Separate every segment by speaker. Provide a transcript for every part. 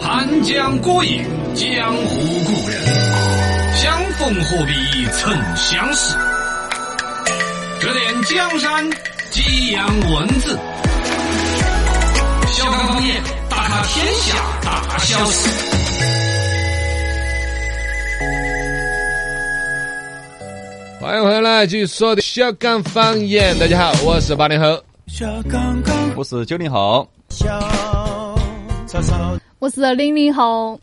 Speaker 1: 谈江过影，江湖故人，相逢何必曾相识。指点江山，激扬文字，笑看方言，大咖天下大小事。
Speaker 2: 欢迎回来，继续说的小港方言。大家好，我是八零后。
Speaker 3: 小刚刚
Speaker 4: 我是九零后，
Speaker 3: 小草草，
Speaker 5: 我是零零后，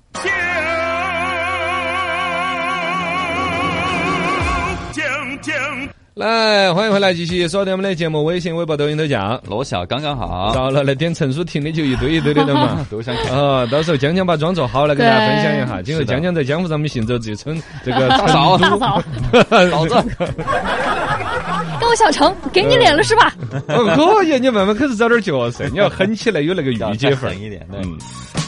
Speaker 2: 来，欢迎回来，继续锁定我们的节目，微信、微博、抖音都讲。
Speaker 4: 落下刚刚好，。
Speaker 2: 到了那点陈淑婷的就一堆一堆的了嘛
Speaker 4: 都想看。
Speaker 2: 哦，到时候江江把妆做好了，给
Speaker 5: 对
Speaker 2: 大家分享一下。今后
Speaker 4: 是的
Speaker 2: 江江在江湖上面行走，只称这个
Speaker 4: 大嫂，
Speaker 5: 大嫂，
Speaker 4: 嫂子，
Speaker 5: 跟我小程给你脸了是吧？
Speaker 2: 哦可以，你慢慢开始找点角色，你要狠起来有 那个御姐范儿
Speaker 4: 狠。一点。对，
Speaker 2: 嗯，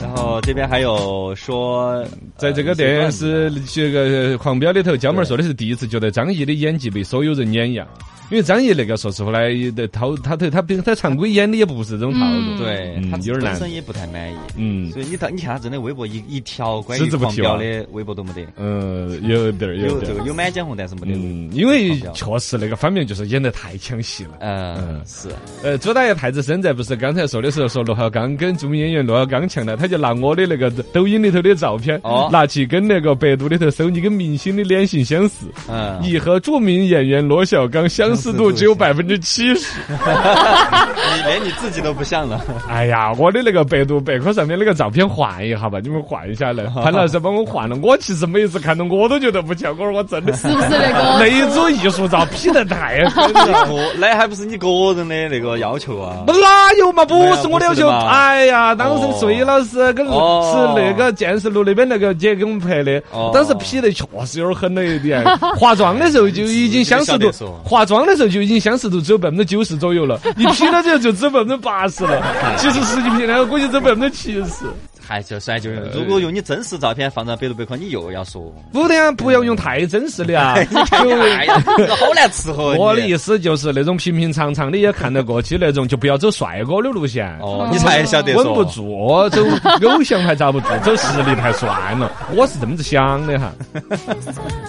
Speaker 4: 然后这边还有说，
Speaker 2: 在这个
Speaker 4: 呃
Speaker 2: 电视这个狂飙里头，姜妹儿说的是第一次觉得张译的演技被所有人碾压，因为张译那个说实话呢，的套他头他比他常规演的也不是这种套路。
Speaker 5: 嗯
Speaker 4: 对
Speaker 2: 嗯
Speaker 4: 他
Speaker 2: 有点难
Speaker 4: 本身也不太满意，
Speaker 2: 嗯
Speaker 4: 所以你到你看他真的微博一一条关
Speaker 2: 只
Speaker 4: 于
Speaker 2: 字不
Speaker 4: 狂
Speaker 2: 提
Speaker 4: 飙
Speaker 2: 啊
Speaker 4: 的微博都没得，
Speaker 2: 嗯，有点儿，
Speaker 4: 有
Speaker 2: 点
Speaker 4: 这
Speaker 2: 儿
Speaker 4: 个。有满江红，但是没得微
Speaker 2: 嗯，因为
Speaker 4: 狂飙
Speaker 2: 确实那个方面就是演得太抢戏了。
Speaker 4: 嗯
Speaker 2: 嗯，
Speaker 4: 是
Speaker 2: 呃，朱大爷太子身在不是刚才说的时候说罗小刚跟著名演员罗小刚强了，他就拿我的那个抖音里头的照片，
Speaker 4: 哦
Speaker 2: 拿去跟那个百度里头搜你跟明星的脸型相似，
Speaker 4: 嗯，
Speaker 2: 你和著名演员罗小刚啊相似度只有百分之七十。
Speaker 4: 你连你自己都不像 了，
Speaker 2: 哎呀，我的那个百度百科上面那个照片换一下吧，你们换一下 来。潘老师帮我换了，我其实每一次看到我都觉得不像，我说我真 的是
Speaker 5: 是不是那
Speaker 2: 那
Speaker 5: 个？
Speaker 2: 一组艺术照 P 得太狠了。
Speaker 4: 我那还不是你个人的那个要求啊
Speaker 2: 不？哪有嘛？不是我的要
Speaker 4: 不是
Speaker 2: 求。
Speaker 4: 的嘛
Speaker 2: 哎呀，当时隋老师跟
Speaker 4: 哦
Speaker 2: 是那个建设路那边那个姐给我们拍的
Speaker 4: 哦，
Speaker 2: 当时 P 的确实有点狠了一点。 化妆的时候就已经相似 度
Speaker 4: 是是，
Speaker 2: 化妆的时候就已经相似度只有百分之九十左右 了，你 P 了之后就只有百分之八十了。其实实际 P 呢，估计只有百分之七十。
Speaker 4: 还就算就用，如果用你真实照片放到百度百科，你又要说，
Speaker 2: 不的啊，不要用太真实的啊。
Speaker 4: 哎呀，这好难伺候。
Speaker 2: 我的
Speaker 4: 你
Speaker 2: 意思就是那种平平常常的也看得过去那种，就不要走帅哥的路线。
Speaker 4: 哦，你才晓得
Speaker 2: 稳
Speaker 4: 说
Speaker 2: 啊不住，走偶像派遭不 住，走实力派算了。我是这么子想的哈。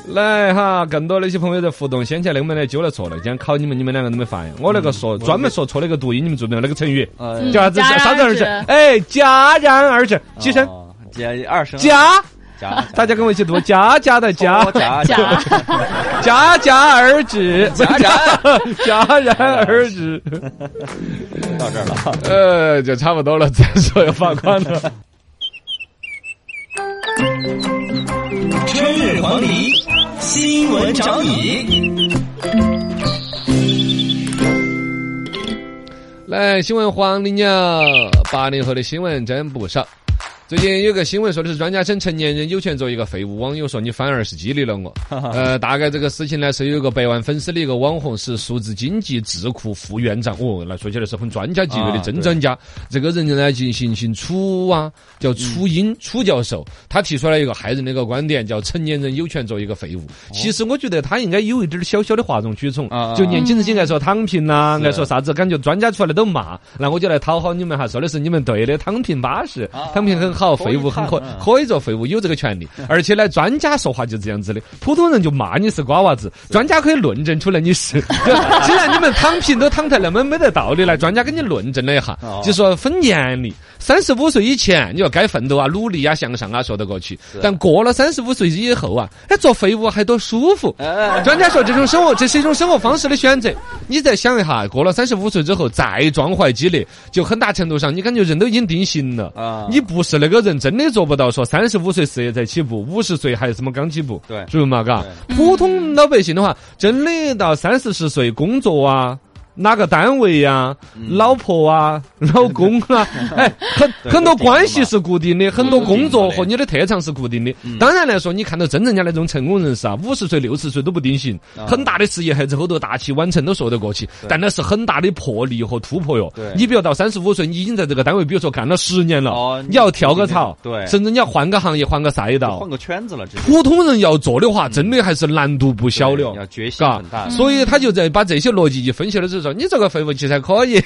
Speaker 2: 来哈，更多的一些朋友在互动，先前那个我们来揪了错了，今天考你们，你们两个都没发现。我那个
Speaker 4: 嗯
Speaker 2: 说专门说错那个读音，你们做不到那个成语
Speaker 4: 呃
Speaker 2: 叫啥子？
Speaker 5: 戛然
Speaker 2: 啥子
Speaker 5: 而
Speaker 2: 二
Speaker 5: 止
Speaker 2: 字？哎，戛然而止，几声？
Speaker 4: 哦？加二声。
Speaker 2: 戛，
Speaker 4: 加，
Speaker 2: 大家跟我一起 读，戛戛的戛
Speaker 4: 加，加
Speaker 5: 假
Speaker 2: 戛戛而 止，
Speaker 4: 戛然
Speaker 2: 戛然而止。
Speaker 4: 到这儿了。
Speaker 2: 呃，就差不多了，再说要罚款了。
Speaker 3: 春日黄鹂，新闻找你。
Speaker 2: 来，新闻黄鹂鸟，八零后的新闻真不少。最近有个新闻说的是，专家称成年人有权做一个废物。网友说你反而是激励了我。呃，大概这个事情呢是有一个百万粉丝的一个网红，是数字经济智库副院长。哦，那说起来是很专家级别的
Speaker 4: 啊
Speaker 2: 真专家。这个人呢进行行楚啊，叫楚
Speaker 4: 嗯
Speaker 2: 英楚教授，他提出来一个害人的一个观点，叫成年人有权做一个废物。其实我觉得他应该有一点儿小小的哗众取宠
Speaker 4: 哦啊啊啊，
Speaker 2: 就年轻人些爱说躺平呐，
Speaker 4: 是
Speaker 2: 爱说啥子，感觉专家出来都骂，那我就来讨好你们哈，说的是你们对的，躺平巴适
Speaker 4: 啊啊，
Speaker 2: 躺平很好，
Speaker 4: 可以
Speaker 2: 废物很可
Speaker 4: 躺啊
Speaker 2: 可以做废物，有这个权 利。而且呢，专家说话就是这样子的，普通人就骂你是瓜娃子，专家可以论证出来你 是。就既然你们躺平都躺得那么没得道理，来专家给你论证了一下
Speaker 4: 哦，
Speaker 2: 就说分年龄，三十五岁以前你要该奋斗啊、努力啊、向上啊，说得过去。但过了三十五岁以后啊，哎，做废物还多舒服。
Speaker 4: 哎，
Speaker 2: 专家说，这种生活，这是一种生活方式的选择。你再想一下，过了三十五岁之后，再壮怀激烈，就很大程度上，你感觉人都已经定型了。
Speaker 4: 啊
Speaker 2: 你不是那个人，真的做不到说三十五岁事业在起步，五十岁还什么刚起步，
Speaker 4: 对
Speaker 2: 是不是嘛？嘎，普通老百姓的话，真的到三四十岁工作啊。哪个单位呀、老婆 啊，老公啊，哎，很
Speaker 4: 嗯对
Speaker 2: 很多
Speaker 4: 固定的
Speaker 2: 关系
Speaker 4: 嘛
Speaker 2: 是固定的，很多
Speaker 4: 固定
Speaker 2: 工作
Speaker 4: 的嗯
Speaker 2: 和你的特长是固定的。当然来说，你看到真正家那种成功人士啊，五十岁、六十岁都不定型，
Speaker 4: 啊
Speaker 2: 很大的事业还在后头大器晚成都说得过去，但那是很大的魄力和突破哟
Speaker 4: 对。
Speaker 2: 你比如到三十五岁，你已经在这个单位，比如说干了十年了
Speaker 4: 哦，
Speaker 2: 你要跳个槽，
Speaker 4: 你对
Speaker 2: 甚至你要换个行业、换个赛道
Speaker 4: 换。个圈子了，这
Speaker 2: 普通人要做的话，真的还是难度不小的哦。
Speaker 4: 要决心
Speaker 2: 嘎
Speaker 4: 很大，。
Speaker 2: 所以他就在把这些逻辑一分析了之后，说你这个废物其实还可以，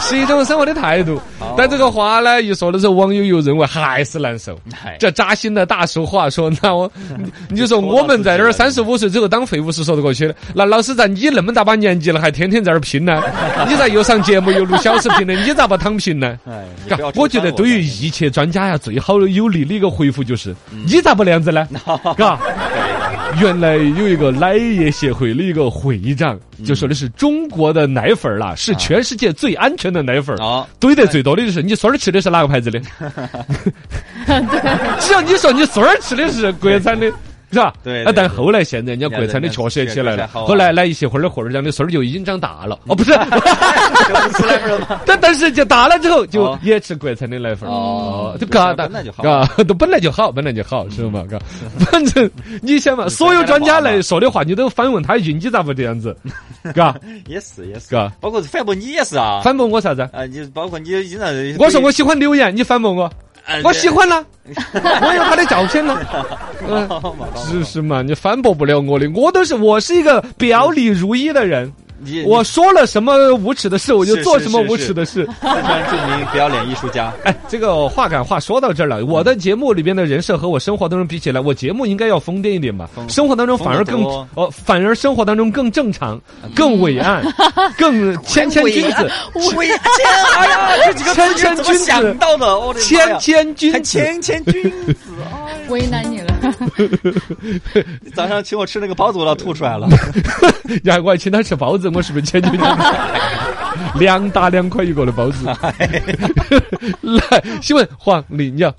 Speaker 2: 是一种生活的态度。但这个话呢，一说的时候，网友又认为还是难受。
Speaker 4: 嗨
Speaker 2: 这扎心的大俗话说，那我你你就说我们在这儿三十五岁之后当废物是说得过去的。那老师在你那么大把年纪了，还天天在这儿拼呢？你咋又上节目又录小视频呢？你咋不躺平呢？
Speaker 4: 哎，你
Speaker 2: 嘎
Speaker 4: 不要
Speaker 2: 我觉得对于
Speaker 4: 称
Speaker 2: 一切专家呀，最好有力的一个回复就是：
Speaker 4: 嗯
Speaker 2: 你咋不那样 子呢？嘎，原来有一个奶业协会的一个会长
Speaker 4: 嗯
Speaker 2: 就说的是中国的奶粉儿啦，是全世界最安全的奶粉儿。
Speaker 4: 啊哦
Speaker 2: 堆得最多的就是你孙儿吃的是哪个牌子 的？只要你说你孙儿吃的是国产的。是吧？
Speaker 4: 对对
Speaker 2: 啊但
Speaker 4: 对
Speaker 2: 后来现在人家国产的确实也起来
Speaker 4: 人家
Speaker 2: 了。
Speaker 4: 好啊
Speaker 2: 后来奶业协会的会长的孙儿就已经长大了。哦，不 是，
Speaker 4: 我是来人吗？
Speaker 2: 但但是就大了之后就
Speaker 4: 哦
Speaker 2: 也吃国产的奶粉儿
Speaker 4: 哦
Speaker 2: 哦，就嘎
Speaker 4: 本
Speaker 2: 达
Speaker 4: 来就好嗯
Speaker 2: 嘎， 都本来就好，本来就好，是嘛？嘎， 反正你 想嘛，所有专家来说的话，你都反问他一句，你咋不这样 子？嘎
Speaker 4: 也是也是，
Speaker 2: 嘎，
Speaker 4: 包括反驳你也是啊。
Speaker 2: 反驳我啥 子？
Speaker 4: 啊，你包括你经常，
Speaker 2: 我说我喜欢留言，你反驳 我，
Speaker 4: 哎
Speaker 2: 我喜， 欢啦，我有他的照片啦，嗯。
Speaker 4: 好嘛好嘛
Speaker 2: 是是嘛？你反驳不了我的，我都是我是一个表里如一的人。
Speaker 4: 你
Speaker 2: 我说了什么无耻的事，我就是做
Speaker 4: 是
Speaker 2: 什么
Speaker 4: 是
Speaker 2: 无
Speaker 4: 是
Speaker 2: 耻的事。
Speaker 4: 非常著名不要脸艺术家，
Speaker 2: 哎，这个话赶话说到这儿
Speaker 4: 嗯
Speaker 2: 了，我的节目里边的人设和我生活当中比起来，我节目应该要疯癫一点吧？生活当中反而更
Speaker 4: 疯得多嗯
Speaker 2: 呃，反而生活当中更正常、更伟 岸、更谦谦君子、
Speaker 4: 我一天，哎呀，这几个
Speaker 2: 谦
Speaker 4: 字眼
Speaker 2: 谦
Speaker 4: 怎么
Speaker 2: 君子
Speaker 4: 想到的？哦我的妈 呀
Speaker 2: 谦谦君
Speaker 4: 还
Speaker 2: 子。
Speaker 4: 谦谦君子。哎
Speaker 5: 为难你了，
Speaker 4: 早上请我吃那个包子，我都吐出来了。
Speaker 2: 呀，我还请他吃包子，我是不是谦 谦君子？两打两块一个的包子。
Speaker 4: 哎
Speaker 2: 来，新闻黄鹂鸟，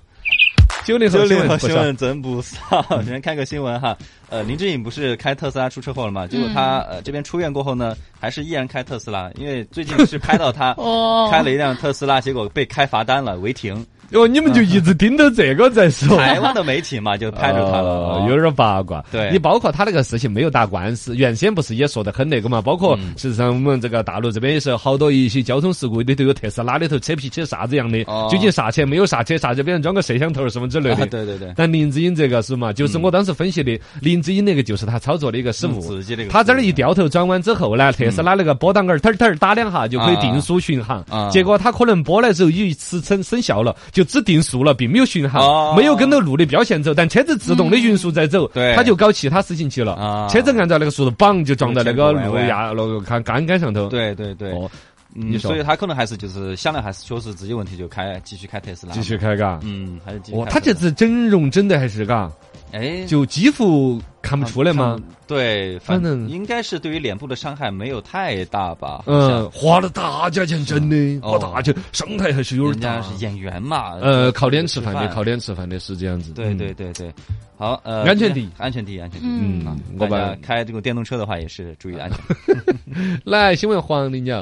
Speaker 2: 九零后
Speaker 4: 九
Speaker 2: 新
Speaker 4: 零后
Speaker 2: 闻不
Speaker 4: 新
Speaker 2: 少。
Speaker 4: 闻真不少。首先看个新闻哈，呃，林志颖不是开特斯拉出车祸了嘛？结果他呃这边出院过后呢，还是依然开特斯拉，因为最近是拍到 他
Speaker 5: 哦
Speaker 4: 开了一辆特斯拉，结果被开罚单了，违停。
Speaker 2: 哦，你们就一直盯着这个在说。
Speaker 4: 台湾的媒体嘛就拍着他了，
Speaker 2: 哦
Speaker 4: 哦
Speaker 2: 有点八卦。
Speaker 4: 对
Speaker 2: 你包括他那个事情没有打官司，原先不是也说得很那个嘛？包括
Speaker 4: 嗯
Speaker 2: 事实上我们这个大陆这边也是好多一些交通事故里头有特斯拉里头扯皮扯啥子样的
Speaker 4: 哦，
Speaker 2: 究竟刹车没有刹车，刹车边上装个摄像头什么之类
Speaker 4: 啊
Speaker 2: 的。
Speaker 4: 对对对
Speaker 2: 但林志颖这个是嘛，就是我当时分析的，林志颖那个就是他操作的一个失误
Speaker 4: 嗯自己的一。嗯个
Speaker 2: 他这儿一掉头转弯之后呢，特斯拉那个拨档杆儿腾腾打两下就可以定速巡航
Speaker 4: 啊，
Speaker 2: 结果他可能拨来之后一次生生效了，就只定速了，并没有巡
Speaker 4: 哦嗯
Speaker 2: 航，没有跟着路的标线走，但车子自动的匀速在走，
Speaker 4: 对
Speaker 2: 他就搞其他事情去了
Speaker 4: 啊。
Speaker 2: 车子按照那个速度，绑就撞到那个
Speaker 4: 就前
Speaker 2: 路
Speaker 4: 后歪
Speaker 2: 牙那个杆杆杆上头。
Speaker 4: 对对对，
Speaker 2: 哦，
Speaker 4: 嗯
Speaker 2: 你说
Speaker 4: 所以他可能还是就是想来还是确实自己问题就开继续开特斯拉，
Speaker 2: 继续开嘎。
Speaker 4: 嗯还是继续
Speaker 2: 哦，
Speaker 4: 开
Speaker 2: 他这
Speaker 4: 特斯
Speaker 2: 次整容整的还是嘎，
Speaker 4: 拉哎
Speaker 2: 就几乎看不出来吗？
Speaker 4: 嗯？对，反
Speaker 2: 反正
Speaker 4: 正应该是对于脸部的伤害没有太大吧。
Speaker 2: 嗯，花了大价钱，真的花
Speaker 4: 哦
Speaker 2: 大价，伤害还是有
Speaker 4: 人
Speaker 2: 点
Speaker 4: 家
Speaker 2: 大
Speaker 4: 是。演员嘛，
Speaker 2: 呃，靠脸吃饭的，靠
Speaker 4: 脸。
Speaker 2: 脸吃饭的是这样子。
Speaker 4: 对
Speaker 2: 嗯
Speaker 4: 对。对对，好，呃，
Speaker 2: 安全第一
Speaker 4: 安全第一，安全第一。
Speaker 5: 嗯
Speaker 4: 啊
Speaker 2: 嗯，我
Speaker 4: 大家
Speaker 2: 把
Speaker 4: 开这个电动车的话也是注意安全。
Speaker 2: 来新闻黄鹂鸟，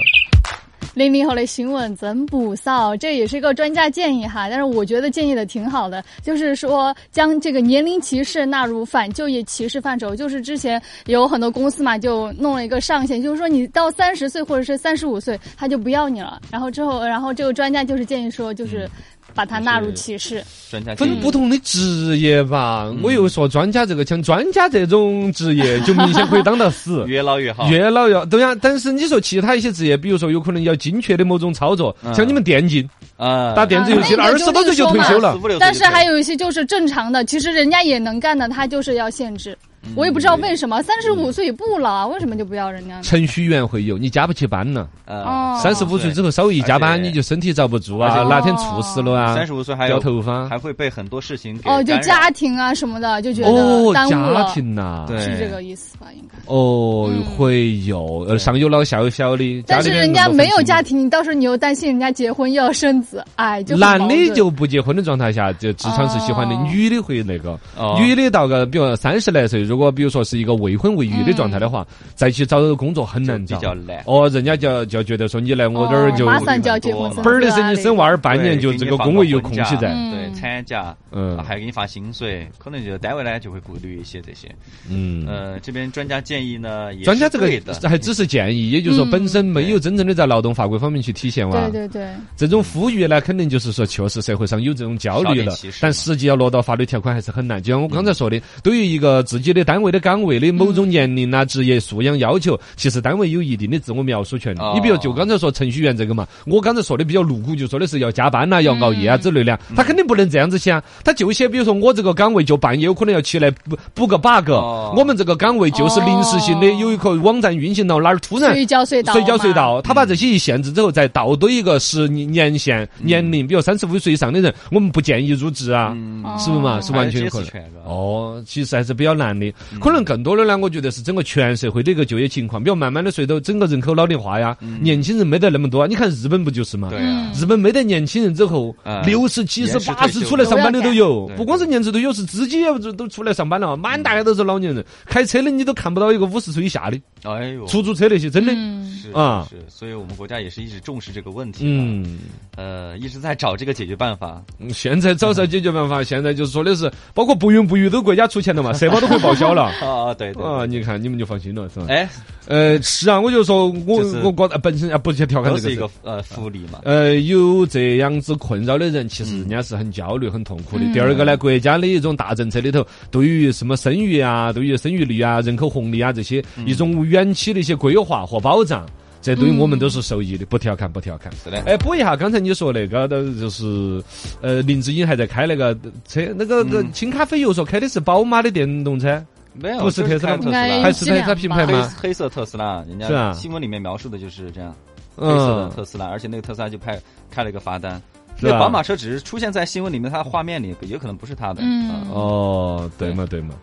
Speaker 5: 零零后的新闻真不少，这也是一个专家建议哈，但是我觉得建议的挺好的，就是说将这个年龄歧视纳入反就业歧视范畴。就是之前有很多公司嘛，就弄了一个上限，就是说你到三十岁或者是三十五岁，他就不要你了。然后之后，然后这个专家就是建议说，就是把它纳入歧视。
Speaker 4: 专家 建
Speaker 2: 分
Speaker 4: 议
Speaker 2: 不同的职业吧。
Speaker 4: 嗯。
Speaker 2: 我又说专家这个像专家这种职业，就明显可以当到死
Speaker 4: 越捞 越好。
Speaker 2: 越老要对呀，啊但是你说其他一些职业，比如说有可能要精确的某种操作，
Speaker 4: 嗯
Speaker 2: 像你们电竞
Speaker 4: 啊，
Speaker 2: 打电子游戏的，
Speaker 5: 啊那
Speaker 2: 二
Speaker 5: 个
Speaker 2: 十多岁就退休了
Speaker 4: 四。五六岁就可以，
Speaker 5: 但是还有一些就是正常的，其实人家也能干的，他就是要限制。
Speaker 2: 嗯
Speaker 5: 我也不知道为什么，三十五岁也不老啊，为什么就不要人家呢？
Speaker 2: 程序员会有，你加不起班了。
Speaker 4: 呃，
Speaker 5: 哦，
Speaker 2: 三十五岁之后稍微一加
Speaker 4: 而
Speaker 2: 班，
Speaker 4: 且
Speaker 2: 你就身体遭不住
Speaker 4: 而
Speaker 2: 啊，
Speaker 4: 且
Speaker 2: 哪天猝死了啊，
Speaker 4: 三十五岁还
Speaker 2: 掉
Speaker 4: 有
Speaker 2: 头发。
Speaker 4: 还会被很多事情给
Speaker 5: 哦，就
Speaker 4: 干扰
Speaker 5: 家庭啊什么的，就觉
Speaker 2: 哦
Speaker 5: 得，耽误了，
Speaker 2: 家庭呐、
Speaker 4: 对
Speaker 5: 是这个意思吧？应该。
Speaker 2: 哦，会有
Speaker 4: 嗯
Speaker 2: 呃上有老下有小的，
Speaker 5: 但是人家没有家
Speaker 2: 庭。
Speaker 5: 庭，你到时候你又担心人家结婚又要生子，哎，就很
Speaker 2: 男
Speaker 5: 矛
Speaker 2: 的
Speaker 5: 盾
Speaker 2: 就不结婚的状态下，就职场是喜欢的，
Speaker 5: 哦
Speaker 2: 女的会那个
Speaker 4: 哦，
Speaker 2: 女的到个比如三十来岁，如果比如说是一个未婚未育的状态的话，
Speaker 5: 嗯
Speaker 2: 再去找工作很难
Speaker 4: 就
Speaker 2: 找
Speaker 4: 比较难，
Speaker 2: 哦，人家就就觉得说你来我这儿
Speaker 5: 哦
Speaker 2: 就
Speaker 5: 马上就要结婚
Speaker 4: 本
Speaker 5: 生
Speaker 2: 本儿
Speaker 5: 子
Speaker 2: 的
Speaker 5: 啊
Speaker 2: 是你
Speaker 5: 那种
Speaker 2: 生娃儿半年
Speaker 4: 对
Speaker 2: 就
Speaker 4: 给
Speaker 2: 这
Speaker 4: 你
Speaker 2: 个
Speaker 4: 放
Speaker 2: 工
Speaker 4: 个
Speaker 2: 位有
Speaker 4: 婚
Speaker 2: 空
Speaker 4: 假
Speaker 2: 起在，
Speaker 5: 嗯
Speaker 4: 对对，产假，
Speaker 2: 嗯
Speaker 4: 还给你发薪水，可能就单位呢就会顾虑一些这些。
Speaker 2: 嗯。
Speaker 4: 呃，这边专家建议呢，也是
Speaker 2: 专家这个
Speaker 4: 对的，
Speaker 2: 还只是建议，也就是说，
Speaker 5: 嗯
Speaker 2: 本身没有真正的在劳动法规方面去体现哇。
Speaker 5: 对对对，
Speaker 2: 这种呼吁呢，肯定就是说，确实社会上有这种焦虑
Speaker 4: 少
Speaker 2: 了
Speaker 4: 点歧视，
Speaker 2: 但
Speaker 4: 嘛
Speaker 2: 实际要落到法律条款还是很难。就像我刚才说的，对于一个自己的单位的岗位的某种年龄啊、职业素养要求，其实单位有一定的自我描述权的
Speaker 4: 哦。
Speaker 2: 你比如就刚才说程序员这个嘛，我刚才说的比较露骨，就说的是要加班呐、要熬夜啊之类的啊，
Speaker 4: 嗯
Speaker 2: 他肯定不能这样子想。他就写，比如说我这个岗位就半夜有可能要起来补补个 bug，
Speaker 4: 哦
Speaker 2: 我们这个岗位就是临时性的，
Speaker 5: 哦
Speaker 2: 有一个网站运行到哪儿突然
Speaker 5: 随叫随到，
Speaker 2: 随叫随，到，他把这些一限制之后，再倒堆一个十年年限
Speaker 4: 嗯
Speaker 2: 年龄，比如三十五岁以上的人，我们不建议入职啊，
Speaker 4: 嗯
Speaker 5: 哦
Speaker 2: 是不是嘛？是完全有可能。
Speaker 4: 能。
Speaker 2: 哦，其实还是比较难的。
Speaker 4: 嗯
Speaker 2: 可能更多的呢，我觉得是整个全社会的一个就业情况，比如慢慢的随着整个人口老龄化呀，年轻人没得那么多啊。你看日本不就是嘛？
Speaker 4: 嗯对啊，
Speaker 2: 日本没得年轻人之后
Speaker 4: 嗯，
Speaker 2: 六十、七十、
Speaker 4: 延迟
Speaker 2: 八
Speaker 4: 退
Speaker 2: 十
Speaker 4: 休
Speaker 2: 出来上班的都有
Speaker 4: 对，
Speaker 2: 不光是年纪都有，是自己也都都出来上班了，满大街都是老年人，开车的你都看不到一个五十岁以下的
Speaker 4: 哎呦，
Speaker 2: 出租车那些，真的，
Speaker 5: 嗯，
Speaker 4: 是
Speaker 2: 啊
Speaker 4: 是，所以我们国家也是一直重视这个问题，，
Speaker 2: 嗯。
Speaker 4: 呃，一直在找这个解决办法，。
Speaker 2: 嗯现在找啥解决办法？现在就是说的是，包括不孕不育都国家出钱了嘛，社保都会报销了
Speaker 4: 啊， 对对，
Speaker 2: 啊，
Speaker 4: 对
Speaker 2: 你看你们就放心了，是吧？
Speaker 4: 哎，
Speaker 2: 呃，是啊，我就说我
Speaker 4: 就是
Speaker 2: 我我本身啊，不去调侃
Speaker 4: 都
Speaker 2: 这
Speaker 4: 是一
Speaker 2: 事
Speaker 4: 个呃福利嘛，
Speaker 2: 呃，有这样子困扰的人，其实人家是很焦虑、很痛苦的。
Speaker 4: 嗯
Speaker 2: 第二个呢，国家的一种大政策里头，对于什么生育啊、对于生育率啊、人口红利啊这些
Speaker 4: 嗯
Speaker 2: 一种远期的一些规划和保障。这对于我
Speaker 4: 嗯
Speaker 2: 们都是受益的，不调侃，不调侃。
Speaker 4: 是的
Speaker 2: 哎，补一下，刚才你说那个的，就是，呃，林志颖还在开那个车，那个个
Speaker 4: 嗯
Speaker 2: 青咖啡又说开的是宝马的电动车，
Speaker 4: 没有，
Speaker 2: 不是特
Speaker 4: 就
Speaker 2: 斯拉
Speaker 4: 看特斯
Speaker 5: 应该
Speaker 4: 拉
Speaker 2: 还是在他品牌
Speaker 4: 黑
Speaker 2: 吗？
Speaker 4: 黑色特斯拉，人
Speaker 2: 是
Speaker 4: 家
Speaker 2: 啊
Speaker 4: 新闻里面描述的就是这样，黑色的
Speaker 2: 嗯，
Speaker 4: 特斯拉，而且那个特斯拉就派开了一个罚单。
Speaker 2: 是
Speaker 4: 那
Speaker 2: 吧
Speaker 4: 宝马车只是出现在新闻里面，它画面里有可能不是它的。
Speaker 5: 嗯
Speaker 4: 啊
Speaker 2: 哦，对嘛对嘛。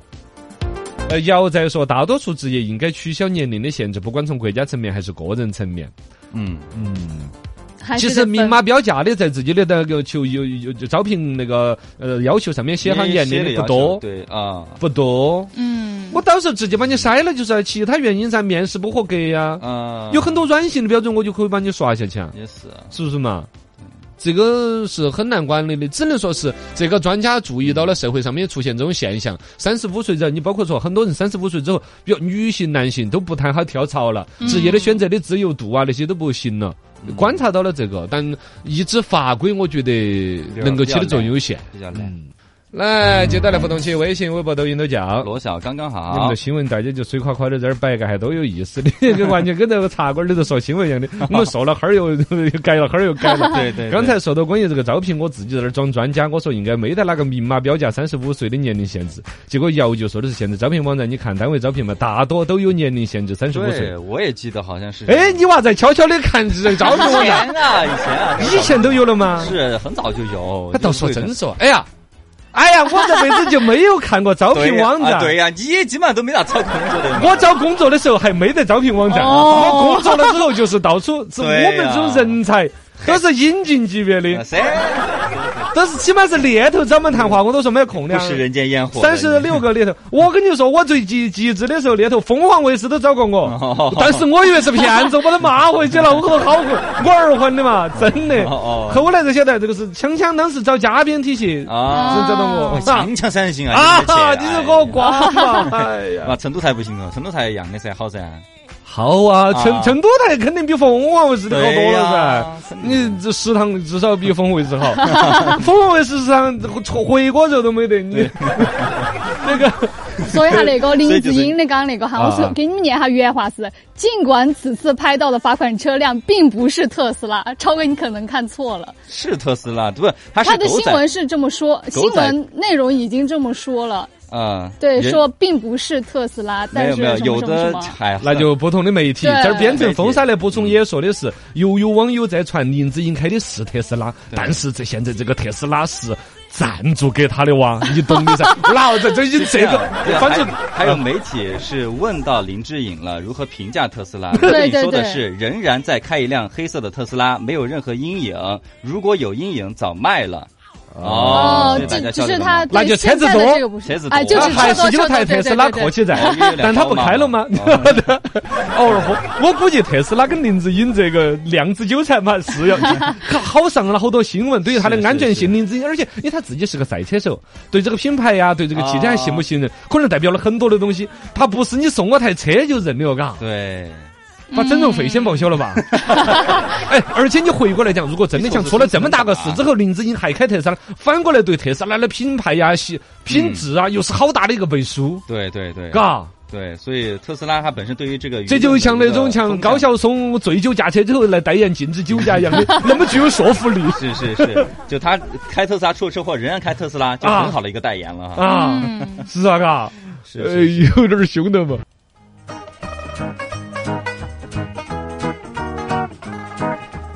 Speaker 2: 呃，姚在说，大多数职业应该取消年龄的限制，不管从国家层面还是个人层面。
Speaker 4: 嗯，
Speaker 2: 嗯，
Speaker 5: 还
Speaker 2: 其
Speaker 5: 是
Speaker 2: 实
Speaker 5: 得
Speaker 2: 明
Speaker 5: 分
Speaker 2: 码标价的在自己的那个求有有就招聘那个呃要求上面写上年龄
Speaker 4: 也
Speaker 2: 的
Speaker 4: 要
Speaker 2: 不
Speaker 4: 求
Speaker 2: 多，
Speaker 4: 对啊，
Speaker 2: 不多。
Speaker 5: 嗯，
Speaker 2: 我到时候直接把你筛了就是啊，其他原因噻，面试不合格呀，
Speaker 4: 啊，
Speaker 2: 有很多软性的标准，我就可以把你刷下去啊。
Speaker 4: 也是啊
Speaker 2: 是不是嘛？这个是很难管理的，只能说是这个专家注意到了社会上面出现这种现象。三十五岁之后，你包括说很多人三十五岁之后，比如女性、男性都不太好跳槽了，职业的选择的自由度啊那些都不行了。观察到了这个，但一纸法规，我觉得能够起的作用有限。
Speaker 4: 比较累。
Speaker 2: 嗯来，接到来互动起，微信、微博、抖音都叫。
Speaker 4: 罗小刚刚
Speaker 2: 你们
Speaker 4: 好
Speaker 2: 的，新闻大家就水垮垮的在这儿摆个，还多有意思的，跟完全跟那个茶馆里头说新闻一样的。我们说了哈儿又又改了，哈儿又改了。
Speaker 4: 对对，对
Speaker 2: 刚才说到关于这个招聘，我自己在那儿装专家，我说应该没得哪个明码标价三十五岁的年龄限制。结果姚就说的是现在招聘网站，你看单位招聘嘛，大多都有年龄限制三十五岁
Speaker 4: 对，。我也记得好像是。
Speaker 2: 哎，你娃在悄悄的看这招聘网
Speaker 4: 以
Speaker 2: 站，
Speaker 4: 前啊，以前啊，
Speaker 2: 以前都有了吗？
Speaker 4: 是很早就有。
Speaker 2: 他倒
Speaker 4: 就是
Speaker 2: 说
Speaker 4: 会
Speaker 2: 真说，哎呀，哎呀，我这辈子就没有看过招
Speaker 4: 对
Speaker 2: 聘
Speaker 4: 呀
Speaker 2: 网站
Speaker 4: 啊。对呀，你基本上都没咋操控过的嘛。
Speaker 2: 我找工作的时候还没得招聘网站，
Speaker 5: 哦
Speaker 2: 我工作了之后就是到 处是我
Speaker 4: 对呀
Speaker 2: 们这种人才都是引进级别
Speaker 4: 啊
Speaker 2: 的，
Speaker 4: 谁
Speaker 2: 都是起码是猎头找我们谈话，我都说没有空
Speaker 4: 不
Speaker 2: 的。
Speaker 4: 食人间烟火的？
Speaker 2: 三十六个猎头， 我跟你说，我最极极致的时候，猎头凤凰卫视都找过我
Speaker 4: 哦，
Speaker 2: 但是我以为是骗子，我把他骂回去了，我可好 我二婚的嘛，真的。
Speaker 4: 哦哦
Speaker 2: 后来才晓得这个是锵锵，当时找嘉宾体系，
Speaker 4: 你啊。
Speaker 2: 是找到我
Speaker 5: 哦
Speaker 2: 啊
Speaker 4: 强强三星啊！
Speaker 2: 啊，你
Speaker 4: 这
Speaker 2: 是给我瓜 嘛？哎呀，
Speaker 4: 啊，成都台不行哦，成都台一样的噻，好噻。
Speaker 2: 好啊，
Speaker 4: 啊
Speaker 2: 成成都台肯定比凤凰卫视的好多
Speaker 4: 对
Speaker 2: 了
Speaker 4: 呀
Speaker 2: 噻
Speaker 4: 肯。定
Speaker 2: 你这食堂至少比凤凰卫视 好，凤凰卫视食堂回锅肉都没得你。 那个
Speaker 5: 说一下那个
Speaker 4: 所以
Speaker 5: 林
Speaker 4: 就
Speaker 5: 志
Speaker 4: 是
Speaker 5: 颖的刚刚那个哈，我
Speaker 2: 啊
Speaker 5: 说给你们念一下原话是：尽管此次拍到的罚款车辆并不是特斯拉，超哥你可能看错了，
Speaker 4: 是特斯拉，不，它是
Speaker 5: 他的
Speaker 4: 狗
Speaker 5: 新
Speaker 4: 仔
Speaker 5: 闻是这么说，新闻内容已经这么说了，
Speaker 4: 啊，
Speaker 5: 对，
Speaker 4: 人
Speaker 5: 说并不是特斯拉，
Speaker 4: 没
Speaker 5: 但
Speaker 4: 有
Speaker 5: 是
Speaker 4: 没有，
Speaker 5: 什
Speaker 4: 有
Speaker 5: 么什么什
Speaker 4: 的
Speaker 5: 么。
Speaker 4: 还
Speaker 2: 那就不同的媒体，
Speaker 5: 对
Speaker 2: 这儿编成
Speaker 4: 媒体
Speaker 2: 风沙来补充也说的是，又有网友在传林志颖开的是特斯拉，
Speaker 4: 对
Speaker 2: 但是这现在这个特斯拉是赞助给他的哇，你懂的噻？ 老子这已经这个
Speaker 4: 对，啊
Speaker 2: 反正
Speaker 4: 还还有媒体是问到林志颖了，如何评价特斯 拉？
Speaker 5: 对
Speaker 4: 林志
Speaker 5: 对
Speaker 4: 颖说的
Speaker 5: 对
Speaker 4: 是仍然在开一辆黑色的特斯拉，没有任何阴影。如果有阴影，早卖了。哦
Speaker 5: 只
Speaker 4: 这大家
Speaker 5: 只
Speaker 4: 晓得
Speaker 5: 是
Speaker 4: 吗
Speaker 5: 他
Speaker 6: 那
Speaker 5: 对
Speaker 6: 就
Speaker 5: 现
Speaker 6: 车子
Speaker 5: 在的
Speaker 6: 多
Speaker 5: 这个不是
Speaker 4: 车子，多
Speaker 5: 哎，就是
Speaker 4: 啊
Speaker 6: 还
Speaker 5: 车
Speaker 6: 实
Speaker 5: 多
Speaker 6: 际上
Speaker 5: 车
Speaker 6: 它
Speaker 5: 多，对
Speaker 6: 特
Speaker 5: 对
Speaker 6: 斯拉
Speaker 5: 对
Speaker 6: 客
Speaker 5: 对。
Speaker 6: 气在
Speaker 4: 哦有点，
Speaker 6: 但它不开了吗？
Speaker 4: 高嘛
Speaker 6: 哦，我我估计特斯拉跟林志颖这个量子纠缠嘛是 要，好好上了好多新闻，对于它的
Speaker 4: 是
Speaker 6: 安全
Speaker 4: 是
Speaker 6: 性，林志颖，而且因为他自己是个赛车手，对这个品牌呀，对这个汽车还信不信
Speaker 4: 啊
Speaker 6: 任，可能代表了很多的东西，他不是你送我台车就认了，
Speaker 5: 嗯
Speaker 6: 嘎，
Speaker 4: 对，
Speaker 6: 把整容费先报销了 吧。哎，而且你回过来讲，如果真的像出了这么大个事之后，林志颖还开特斯拉，反过来对特斯拉的品牌呀、系品质啊，又是好大的一个背书，
Speaker 4: 对对对，
Speaker 6: 嘎。
Speaker 4: 对，所以特斯拉它本身对于这个舆论的
Speaker 6: 这
Speaker 4: 一个
Speaker 6: 就
Speaker 4: 风
Speaker 6: 像
Speaker 4: 向，
Speaker 6: 那种像高晓松醉酒驾车之后来代言禁止酒驾一样 的，那么具有说服力
Speaker 4: 是是是，就他开特斯拉出了车祸，仍然开特斯拉，就
Speaker 6: 啊
Speaker 4: 很好的一个代言了哈。
Speaker 6: 啊！
Speaker 5: 嗯
Speaker 6: 是啊，嘎，
Speaker 4: 是
Speaker 6: 呃，
Speaker 2: 哎
Speaker 4: 是
Speaker 6: 有点凶的嘛。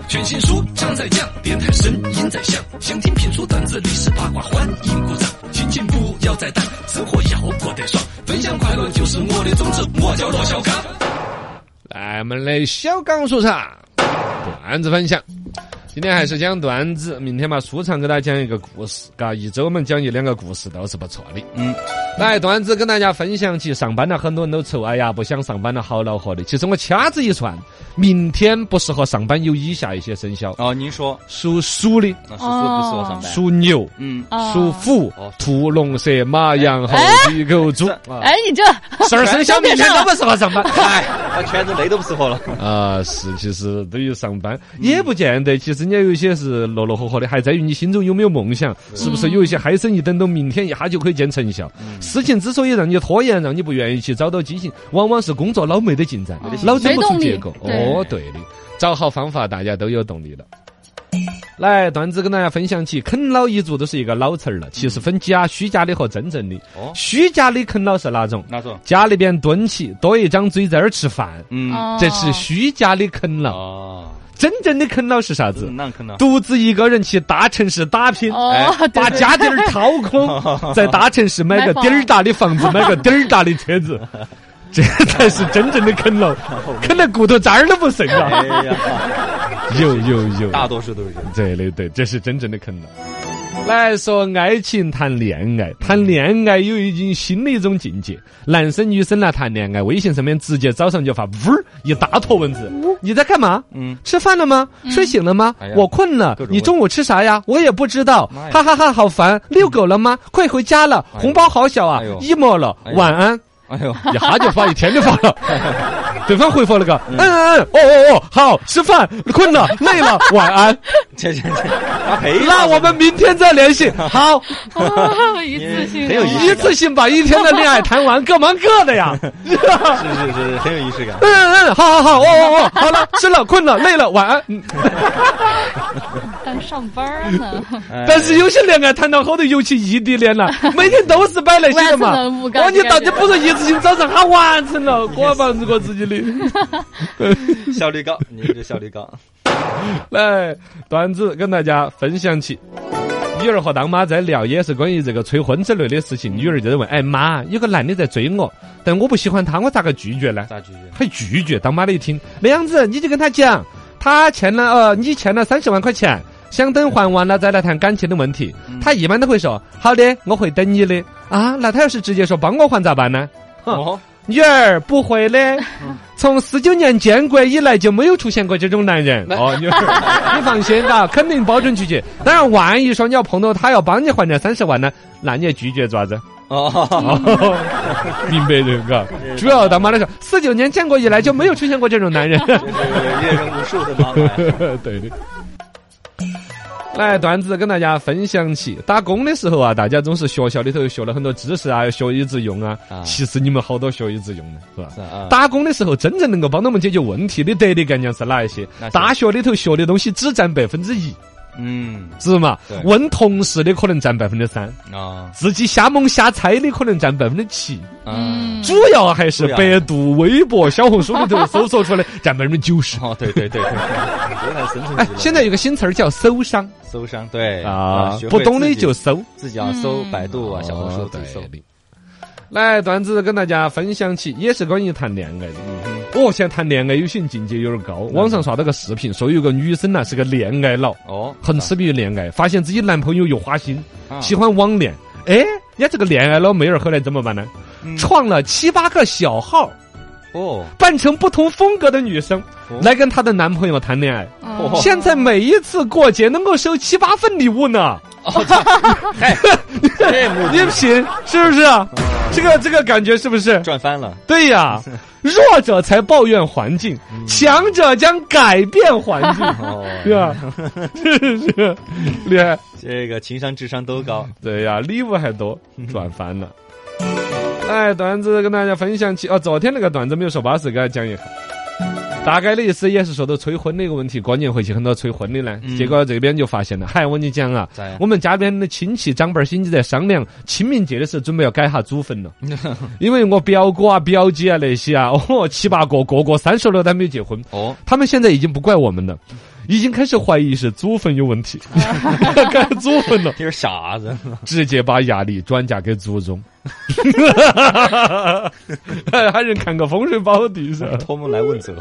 Speaker 1: 全新书trang在样，电台声音在响，想听评书段子历史八卦，欢迎鼓掌。心情不要再淡，生活要过得爽，分享快乐就是我的宗旨。我叫罗小刚。
Speaker 2: 来，我们的小刚说唱段子分享。今天还是讲段子，明天嘛舒畅给大家讲一个故事，嘎，一周我们讲一两个故事都是不错的。
Speaker 4: 嗯，
Speaker 2: 来段子跟大家分享起，上班了很多人都愁，哎呀不想上班了，好恼火的。其实我掐指一算，明天不适合上班有以下一些生肖：
Speaker 4: 哦，您说，
Speaker 2: 属鼠的、
Speaker 4: 那是不是我上班？
Speaker 2: 属牛、
Speaker 4: 嗯，
Speaker 5: 哦
Speaker 2: 属虎
Speaker 4: 哦、哎
Speaker 2: 兔、龙、蛇、马、羊、猴、鸡、狗、猪。啊
Speaker 5: 哎，你这
Speaker 2: 十二生肖明天都不适合上班。
Speaker 4: 哎，那全是雷都不适合了。
Speaker 2: 啊，是，其实对于上班也不见得，其实人家有一些是落落合合的，还在于你心中有没有梦想，是不是有一些嗨生一等到明天一下就可以见成效。事情之所以让你拖延，让你不愿意去找到激情，往往是工作老没得进展，老整不出结果。
Speaker 5: 没动力
Speaker 2: 哦，对的，找好方法，大家都有动力了。来，段子跟大家分享起，啃老一族都是一个老词儿了，其实分假、虚假的和真正的。
Speaker 4: 哦
Speaker 2: 虚假的啃老是哪种？
Speaker 4: 那种，
Speaker 2: 家里边蹲起，多一张嘴在那儿吃饭。
Speaker 4: 嗯，
Speaker 5: 哦
Speaker 2: 这是虚假的啃老，
Speaker 4: 哦，
Speaker 2: 真正的啃老是啥
Speaker 4: 是
Speaker 2: 子？
Speaker 4: 那 可能。
Speaker 2: 独自一个人去大城市打拼，
Speaker 4: 哎
Speaker 5: 哦，对
Speaker 2: 把
Speaker 5: 对
Speaker 2: 家底儿掏 空，在大城市买个底儿大的房子，买个底儿大的车子，这才是真正的啃老，啃得骨头渣儿都不剩
Speaker 4: 哎
Speaker 2: 了。
Speaker 4: 呀，
Speaker 2: 有有有，
Speaker 4: 大多数都是这样。
Speaker 2: 对对对，这是真正的啃老。来说爱情谈恋爱，谈恋爱有一种新的一种境界。男生女生来谈恋爱，微信上面直接早上就发呜儿一大坨文字，你在干嘛？
Speaker 4: 嗯，
Speaker 2: 吃饭了吗？睡醒了吗
Speaker 4: 哎呀？
Speaker 2: 我困了
Speaker 4: 各。种
Speaker 2: 你中午吃啥呀？嗯我也不知道
Speaker 4: 妈呀。
Speaker 2: 哈哈哈，好烦。遛狗了吗？快回家了。
Speaker 4: 哎呦
Speaker 2: 红包好小啊
Speaker 4: 哎呦
Speaker 2: ，emo 了
Speaker 4: 哎。呦
Speaker 2: 晚安。
Speaker 4: 哎呦，
Speaker 2: 一哈就发一天就发 了。对方回复了个嗯嗯嗯，哦哦哦，好，吃饭，困 了，累了，晚安。
Speaker 4: 这这这，他赔
Speaker 2: 那我们明天再联 系。好，
Speaker 5: 哦一次性
Speaker 4: 很有意
Speaker 2: 一次性把一天的恋爱谈完，各忙各的 呀。
Speaker 4: 是是是，很有仪式感。
Speaker 2: 嗯嗯，好好好，哦哦哦，好了，吃了，困了，累了，晚 安。嗯
Speaker 5: 当上班呢，
Speaker 4: 哎
Speaker 2: 但是有些恋爱谈到后头，尤其异地恋 了，每天都是摆那些的嘛。
Speaker 5: 万事能无干
Speaker 2: 哦，你到底不是一次性早上 他完成了，我忙着我自己的。
Speaker 4: 效率高，你这效率高。
Speaker 2: 来，段子跟大家分享起。女儿和当妈在聊，也是关于这个催婚之类的事情。女儿就在问：“哎妈，有个男的在追我，但我不喜欢他，我咋个拒绝呢？”
Speaker 4: 大拒绝。
Speaker 2: 还拒绝。当妈的一听，那样子你就跟他讲，他欠了呃，你欠了三十万块钱，想等还完了再来谈感情的问题。他一般都会说好的，我会等你的啊。那他要是直接说帮我还咋办呢？
Speaker 4: 哦，
Speaker 2: 女儿不会的，从四九年建国以来就没有出现过这种男人。哦，女儿，你放心吧，肯定保准拒绝。当然，万一说你要碰到他要帮你还这三十万呢，那你也拒绝做啥子？
Speaker 4: 哦，
Speaker 2: 哦，明白这个。主要他妈的说，四九年建国以来就没有出现过这种男人。
Speaker 4: 这是阅人无数的啊妈妈呀。
Speaker 2: 对的。来，段子跟大家分享起。打工的时候啊，大家总是学校里头学了很多知识啊，学以致用啊。
Speaker 4: 啊
Speaker 2: 其实你们好多学以致用的，是吧？
Speaker 4: 是啊，
Speaker 2: 打工的时候，真正能够帮到我们解决问题的得力干将是哪一些
Speaker 4: 那？是
Speaker 2: 大学里头学的东西只占百分之一，
Speaker 4: 嗯
Speaker 2: 是嘛
Speaker 4: 对？
Speaker 2: 问同事的可能占百分之三，
Speaker 4: 啊，
Speaker 2: 自己瞎蒙瞎猜的可能占百分之七，
Speaker 4: 嗯，
Speaker 2: 主要还是
Speaker 4: 主要
Speaker 2: 百度、微博、小红书里头搜索出来占百分之九十。
Speaker 4: 哦，对对
Speaker 2: 嗯
Speaker 4: 对对， 有点神
Speaker 2: 哎
Speaker 4: 圣，
Speaker 2: 现在有个新词儿叫“搜商
Speaker 4: 搜商对”
Speaker 2: 啊
Speaker 4: 学，会
Speaker 2: 不懂的
Speaker 4: 自己
Speaker 2: 就搜。
Speaker 4: 自己要搜百度啊、小红书
Speaker 2: 哦
Speaker 4: 自己搜。
Speaker 2: 对的来，段子跟大家分享起，也是关于谈恋爱的。哦，现在谈恋爱有些境界有点高。网上刷到个视频，说有个女生呢是个恋爱脑，
Speaker 4: 哦，
Speaker 2: 很痴迷于恋爱，发现自己男朋友又花心，
Speaker 4: 啊
Speaker 2: 喜欢网恋。哎，人家这个恋爱脑妹儿后来怎么办呢？创了七八个小号，
Speaker 4: 哦，
Speaker 2: 扮成不同风格的女生
Speaker 4: 哦
Speaker 2: 来跟她的男朋友谈恋爱。
Speaker 5: 嗯
Speaker 4: 哦
Speaker 2: 现在每一次过节能够收七八份礼物呢，
Speaker 4: 这幕
Speaker 2: 你品是不是啊？这个这个感觉是不是？
Speaker 4: 赚翻了，，
Speaker 2: 对呀，弱者才抱怨环境，强者将改变环境
Speaker 4: 哦，
Speaker 2: 对吧？是是，厉害。
Speaker 4: 这个情商智商都高，
Speaker 2: 对呀，礼物还多，赚翻了。哎，段子跟大家分享起哦，昨天那个段子没有说巴适，给大家讲一下。大概的意思也是说到催婚的一个问题，过年回去很多催婚的呢，
Speaker 4: 嗯
Speaker 2: 结果这边就发现了。嗨，我跟你讲啊
Speaker 4: 咋 呀，
Speaker 2: 我们家边的亲戚长辈儿心里在商量，清明节的时候准备要改下祖坟了，因为我表哥啊、表姐啊那些啊， 哦，七八个，个个三十了都还没有结婚，
Speaker 4: 哦，
Speaker 2: 他们现在已经不怪我们了，已经开始怀疑是祖坟有问题，改祖坟了。
Speaker 4: 这是傻子，
Speaker 2: 直接把压力转嫁给祖宗。 还人看个风水宝地噻，
Speaker 4: 托梦来问责，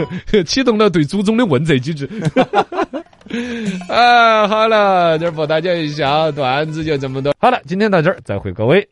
Speaker 2: 启动了对祖宗的问责机制。 啊，好了，这儿不打搅一下，段子就这么多。好了，今天到这儿，再会各位。